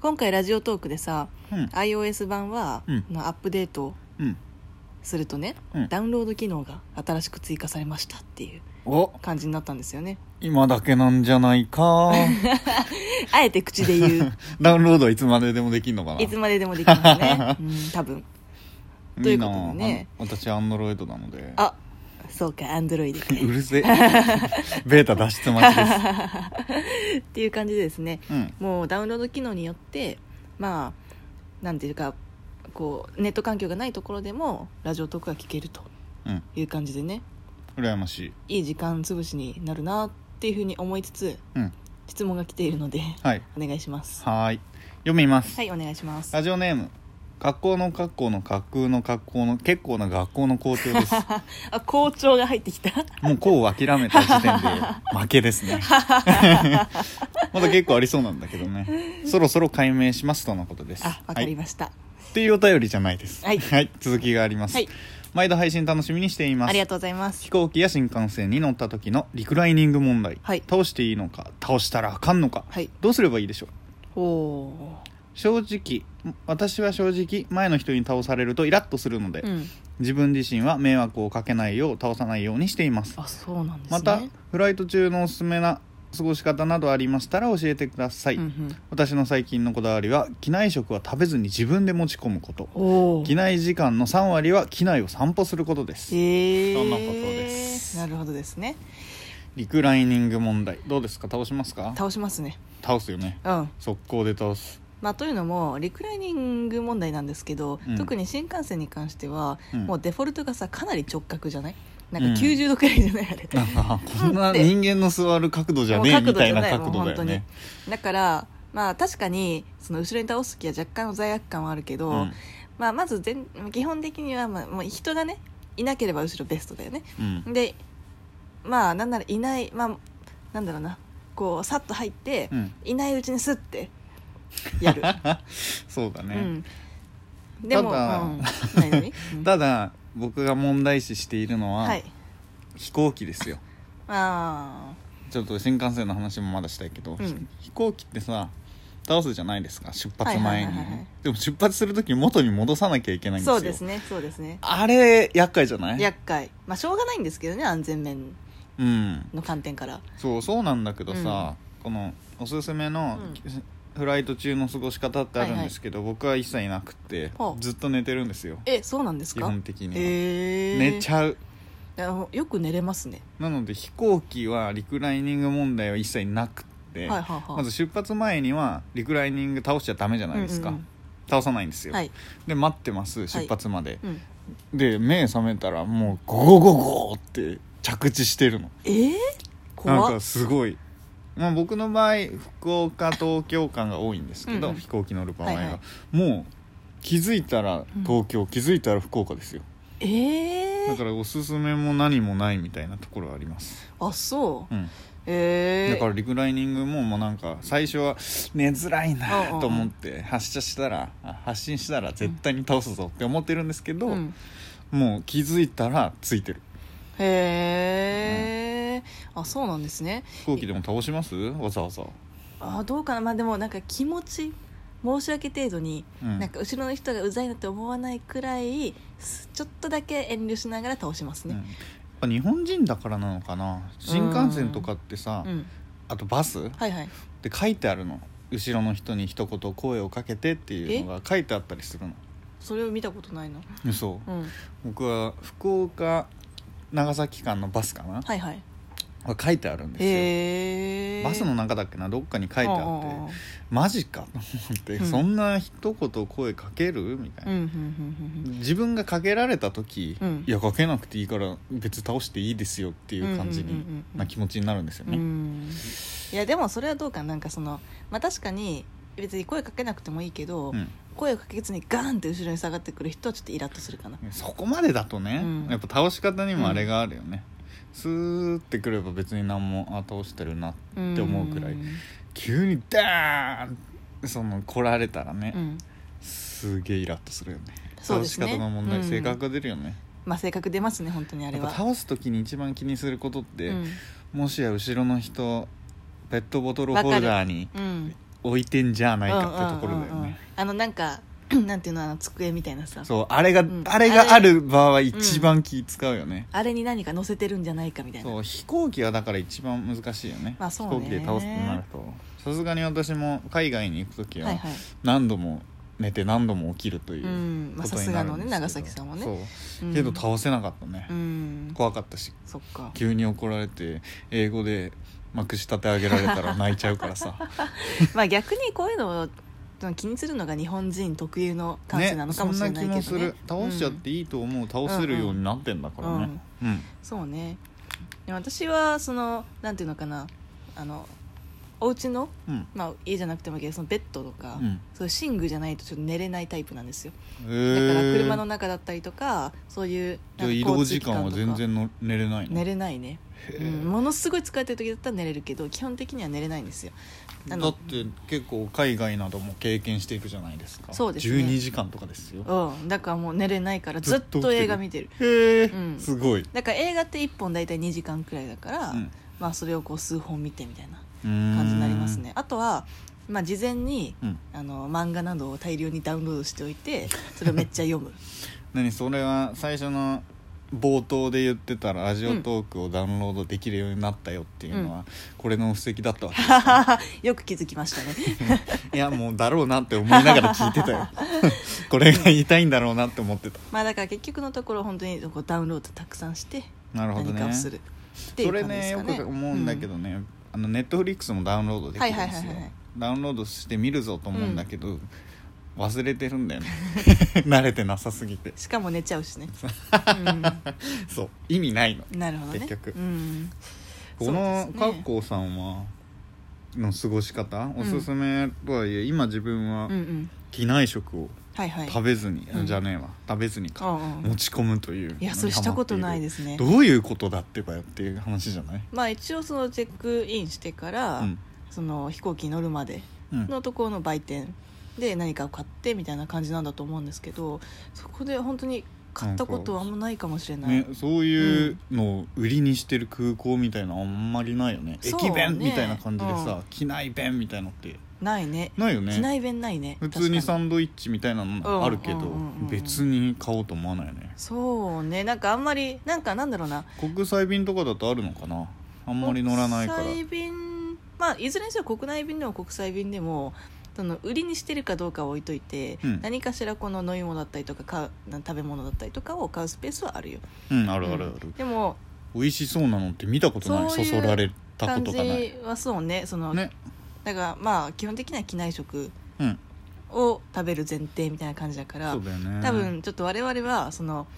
今回ラジオトークでさ、うん iOS 版は、うんのアップデートうんするとね、うんダウンロード機能が新しく追加されましたっていうお感じになったんですよね今だけなんじゃな いかあえて口で言 うダウンロードはいつまででもできんのかないつまででもできます ね、うん、多分ということでねいいなあ私アンドロイドなのであそうかアンドロイドかう るせえベータ脱出待ちです、っていう感じでですねうん、もうダウンロード機能によってまあなんていうかこうネット環境がないところでもラジオトークが聞けるとうんいう感じでね羨ましいいい時間潰しになるなっていうふうに思いつつうん質問が来ているのではいお願いしますはーい読みますはいお願いしますラジオネーム学校の学校の架空の学校の結構な学校の校長で すあ校長が入ってきたもう校を諦めた時 点で負けですね まだ結構ありそうなんだけどねそろそろ解明しますとのことですあわかりました、はい、っていうお便りじゃないですはい続きがあります、はい毎度配信楽しみにしていますありがとうございます飛行機や新幹線に乗った時のリクライニング問題、はい倒していいのか倒したらあかんのかはいどうすればいいでしょうおお正直私は正直前の人に倒されるとイラッとするので、ーうん自分自身は迷惑をかけないよう倒さないようにしていますあそうなんですねまたフライト中のおすすめな過ごし方などありましたら教えてください、うんうん、私の最近のこだわりは機内食は食べずに自分で持ち込むことおお機内時間の3割は機内を散歩することですへえそんなことですなるほどですねリクライニング問題どうですか倒しますか倒しますね倒すよねうん速攻で倒すまあ、というのもリクライニング問題なんですけど、うん特に新幹線に関しては、うんもうデフォルトがさかなり直角じゃないなんうんか90度くらいじゃないあれ、なんかこんな うんって人間の座る角度じゃもうねえみ角度たじいゃなないも角う度だ本よ当にねだからまあ確かにその後ろに倒す時は若干の罪悪感はあるけど、うんまあ、まず全基本的には、まあ、もう人がねいなければ後ろベストだよねうんでまあなんならいないまあなんだろうなこうさっと入って、うんいないうちにスッてや る、そうだね、うん、でも、うただん、何 々うんただ僕が問題視しているのは、はい飛行機ですよあちょっと新幹線の話もまだしたいけど、うん飛行機ってさ倒すじゃないですか出発前にはいはいはいはいでも出発する時元に戻さなきゃいけないあんですよそうですねそうですねあれ厄介じゃない厄介まあしょうがないんですけどね安全面うんの観点からそうそうなんだけどさ、このおすすめの、フライト中の過ごし方ってあるんですけど、僕は一切なくってほうずっと寝てるんですよえそうなんです基か本的には、えー、寝ちゃうあのよく寝れますねなので飛行機はリクライニング問題は一切なくって、はいはいはいまず出発前にはリクライニング倒しちゃダメじゃないですか、うんうん倒さないんですよ、はい、で待ってます出発まで、うん、で目覚めたらもうゴゴゴゴって着地してるのえー、なん怖かっすごい、まあ、僕の場合福岡東京間が多いんですけど、うんうん飛行機乗る場合が、はいはもう気づいたら東京、気づいたら福岡ですよえだー、からおすすめも何もないみたいなところはあります、あそう、うんえー、だからリクライニングももうなんか最初は寝づらいうんうんうなんと思って発射したらあ発信したら絶対に倒すぞって思ってるんですけど、うん、もう気づいたらついてるへえ、あそうなんですね飛行機でも倒しますわざわざ、あどうかなまあでもなんか気持ち申し訳程度に、うんなんか後ろの人がうざいなって思わないくらいすちょっとだけ遠慮しながら倒しますうんやっね、ぱ日本人だからなのかな新幹線とかってさ、うんあとバスっはいはいて書いてあるの後ろの人に一言声をかけてっていうのが書いてあったりするのそれを見たことないなそううん僕は福岡長崎間のバスかな、はいはいは書いてあるんですよ、へえバスの中だっけなどっかに書いてあってマジかと思って、うんそんな一言声かけるみたいうんな、うんうん自分がかけられた時、うんいやかけなくていいから別に倒していいですよっていう感じうんうにんうんうんな気持ちになるんですようんうね、んいやでもそれはどうかななんかそのまあ確かに別に声かけなくてもいいけど、うん声をかけずにガーンって後ろに下がってくる人はちょっとイラッとするかなそこまでだとね、うんやっぱ倒し方にもあれがあるよね、スーってくれば別に何もあ倒してるなって思うくらいうん急にダーンその来られたらね、うんすげえイラッとするよねそう倒でしすね方の問題、うん性格が出るよねまあ性格出ますね本当にあれやっぱは倒す時に一番気にすることって、うんもしや後ろの人ペットボトルホルダーにうん置いてんじゃないかってところうだよんうんうんうんねあのなんか なんていうのあの机みたいなさそうあれが、んああれれがある場合は一番気使うよね、あれに何か乗せてるんじゃないかみたいなそう飛行機はだから一番難しいよね,、まあそう飛ね行機で倒すとなるとさすがに私も海外に行く時はいははい何度も寝て何度も起きるといううんまあことになるんでさすがのねすけど、長崎さんはねそうけど倒せなかったね、うん怖かったしそっか急に怒られて英語でまくし立て上げられた ら泣いちゃうからさまあ逆にこういうのを気にするのが日本人特有の感性なのかもしれないけどねねそんな気もする倒しちゃっていいと思う、倒せるようになってんだからねうん、そうねでも私はそのなんていうのかなあのお家のうんまあ家じゃなくてもいいけどそのベッドとか、うんそういう寝具じゃないとちょっと寝れないタイプなんですよえだーから車の中だったりとかそういうじゃあなん移か動交通時機関間はとか全然の寝れないの寝れないね、へうーん、ものすごい疲れてる時だったら寝れるけど基本的には寝れないんですよだなっのて結構海外なども経験していくじゃないですかそうですね12時間とかですようんだからもう寝れないからずっずっとと起きてる映画見てるへえ、うんすごいだから映画って1本大体2時間くらいだから、うんまあそれをこう数本見てみたいな感感じになりますねあとは、まあ、事前にうんあの漫画などを大量にダウンロードしておいてそれをめっちゃ読 む何それは最初の冒頭で言ってたラジオトークをダウンロードできるようになったよっていうのは、これの布石だったわけ よく気づきましたね いやもうだろうなって思いながら聞いてたよこれが言いたいんだろうなって思ってたまあだから結局のところ本当にこうダウンロードたくさんしてなるほど何ねかをするっていそうれ感じですねかねよく思うんだけど、どね、あのネットフリックスもダウンロードできるんですよ、はいはいはいはいダウンロードして見るぞと思うんだけど、忘れてるんだよね 慣れてなさすぎてうんしかも寝ちゃうしね、 うそう意味ないのん、なるほどね結局うん、こそのうですかねっこうさんはの過ごし方、んおすすめとはいえ今自分はうんうん機内食をはいはい食べずに、うんじゃねえわ食べずにか、うんうん持ち込むといういやそれしたことないですすねどういうことだってばよっていう話じゃない、まあ一応そのチェックインしてから、うんその飛行機に乗るまでうん、のところの売店で何かを買ってみたいな感じなんだと思うんですけどそこで本当に買ったことはあんまないかもしれない、ね、そういうのを売りにしてる空港みたいなのあんまりないよねそうね駅弁みたいな感じでさ、う機内弁みたいのってないねないよ機ね内弁ないね普通に確かサンドイッチみたいなのあるけど、うんうんうんうん別に買おうと思わないよねそうねなんかあんまりなんかなんだろうな国際便とかだとあるのかなあんまり乗らないから国際便まあいずれにせよ国内便でも国際便でもその売りにしてるかどうかは置いといて、うん何かしらこの飲み物だったりとか買うな食べ物だったりとかを買うスペースはあるようんあるあるある、でも美味しそうなのって見たことないそういうそそられたこ感とじがないはそうねそのねだからまあ基本的には機内食うんを食べる前提みたいな感じだからそうだよね多分ちょっと我々はその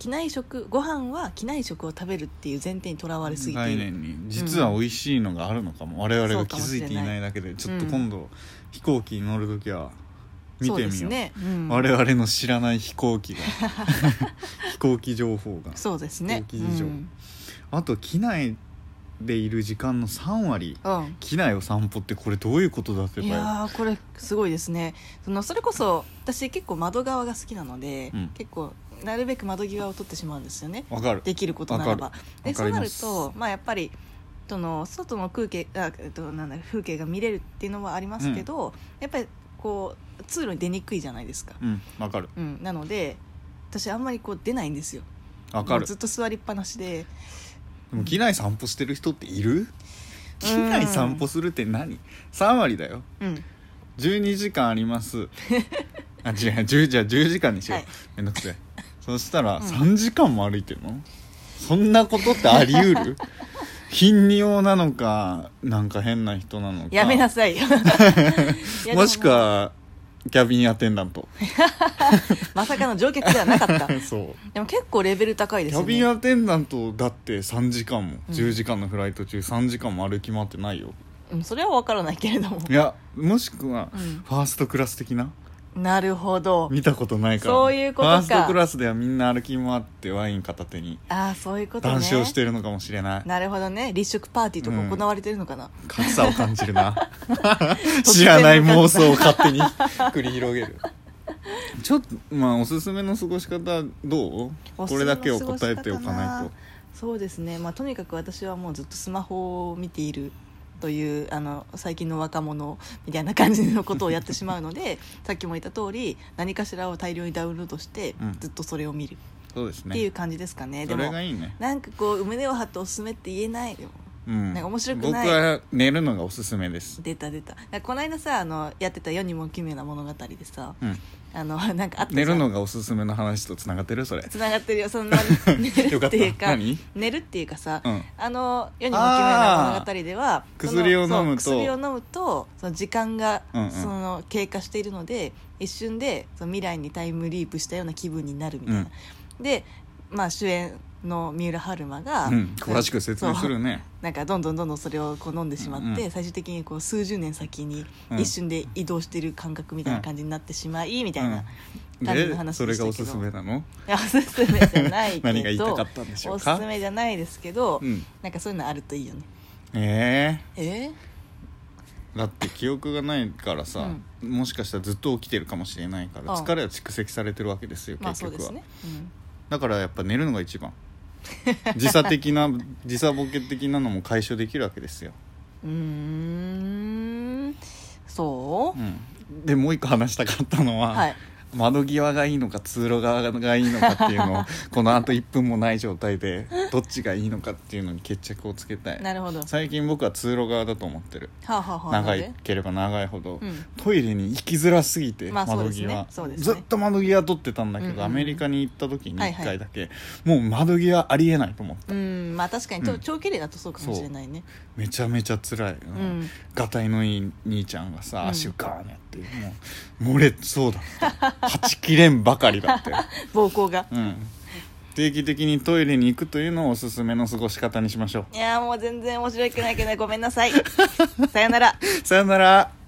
機内食ご飯は機内食を食べるっていう前提にとらわれすぎて概いる念に実は美味しいのがあるのかも、我々が気づいていないだけでちそょうっかもしれないと今度飛行機に乗る時は見てそみうよでうすね、うん我々の知らない飛行機が 飛行機情報がそうですね飛行機事情うんあと機内でいる時間の3割うん機内を散歩ってこれどういうことだっていばよやーこれすごいですねそのそれこそ私結構窓側が好きなので、うん結構なるべく窓際を取ってしまうんですよねわかるできることならわばかでわかそうりなまるすと、まあ、やっぱりその外の空景あ、えっと、なんだ風景が見れるっていうのはありますけど、やっぱりこう通路に出にくいじゃないですか、うんわかるうん、なので私あんまりこう出ないんですよわかもうるずっと座りっぱなしででも機内散歩してる人っている機内散歩するって何3割だようん12時間あります あ違う10じゃあ10時間にしよう、はいめんどくさいそしたらうん3時間も歩いてるの、そんなことってあり得 る頻尿なのかなんか変な人なのかやめなさ いよいやもしくではキャビンアテンダントもまさかの乗客ではなかったそうでも結構レベル高いでキすよャねビンアテンダントだって3時間も、うん10時間のフライト中3時間も歩き回ってないようん、それは分からないけれどもいやもしくは、うんファーストクラス的ななるほど見たことないからそういうことかファーストクラスではみんな歩き回ってワイン片手にああそういうことね談笑してるのかもしれないなるほどね立食パーティーとか行われてるのかな、格差を感じる な知らない妄想を勝手に繰り広げ るちょっとまあおすすめの過ごし方どうおこすすめれのだけを答えておか過ごしな方いそうですね、まあ、とにかく私はもうずっとスマホを見ているというあの最近の若者みたいな感じのことをやってしまうの でさっきも言った通り何かしらを大量にダウンロードして、うんずっとそれを見るそうですねっていう感じですかねでそれもがいいね、なんかこう胸を張っておすすめって言えないようん、なんか面白くない僕は寝るのがおすすめです、出た出ただからこの間さあのやってた「世にも奇妙な物語」でさうん、あのなんかあったじゃ寝んるのがおすすめの話とつながってるそれつながってるよそんな寝る よかっっていうたか何寝るっていうかさ、うんあの世にも奇妙な物語ではーその薬を飲むとそう薬を飲むとその時間が、うんうんその経過しているので一瞬でその未来にタイムリープしたような気分になるみたいな、で、まあ、主演の三浦春馬が、うん、詳しく説明するねなんかどんどんどんどんそれをこう飲んでしまって、うんう最終的にこう数十年先にうん一瞬で移動している感覚みたいな感じになってしまい、みたいな、うん感じので話そでれしたがけどおすすめなのいやおすすめじゃないけど 何が言いたかったんでしょおうすすかめじゃないですけど、うんなんかそういうのあるといいよねええー、だって記憶がないからさ、もしかしたらずっと起きてるかもしれないからうん疲れは蓄積されてるわけですよまあ結そう局は、ですね、うんだからやっぱ寝るのが一番時差 的な時差ボケ的なのも解消できるわけですよ、うーんそうう、ん、でもう一個話したかったのは、はい窓際がいいのか通路側がいいのかっていう のをこのあと1分もない状態でどっちがいいのかっていうのに決着をつけたいなるほどは最近僕は通路側だと思ってるあ、はあはあ、長なんいでければ長いほど、うんトイレに行きづらすぎて、まあそう窓ですね際、そうですずねっと窓際取ってたんだけど、うんうんうんアメリカに行った時にはいは1い回だけ、もう窓際ありえないと思った、うんまあ確かに、ちょうん長距離だとそうかもしれないねめちゃめちゃ辛い、ううんんガタイのいい兄ちゃんがうさん足をガーンやって、もう漏れそうだ ったはちきれんばかりだったよ、暴行がうん、定期的にトイレに行くというのをおすすめの過ごし方にしましょいやーもう全然面白くないけどごめんなさいさよならうさよなら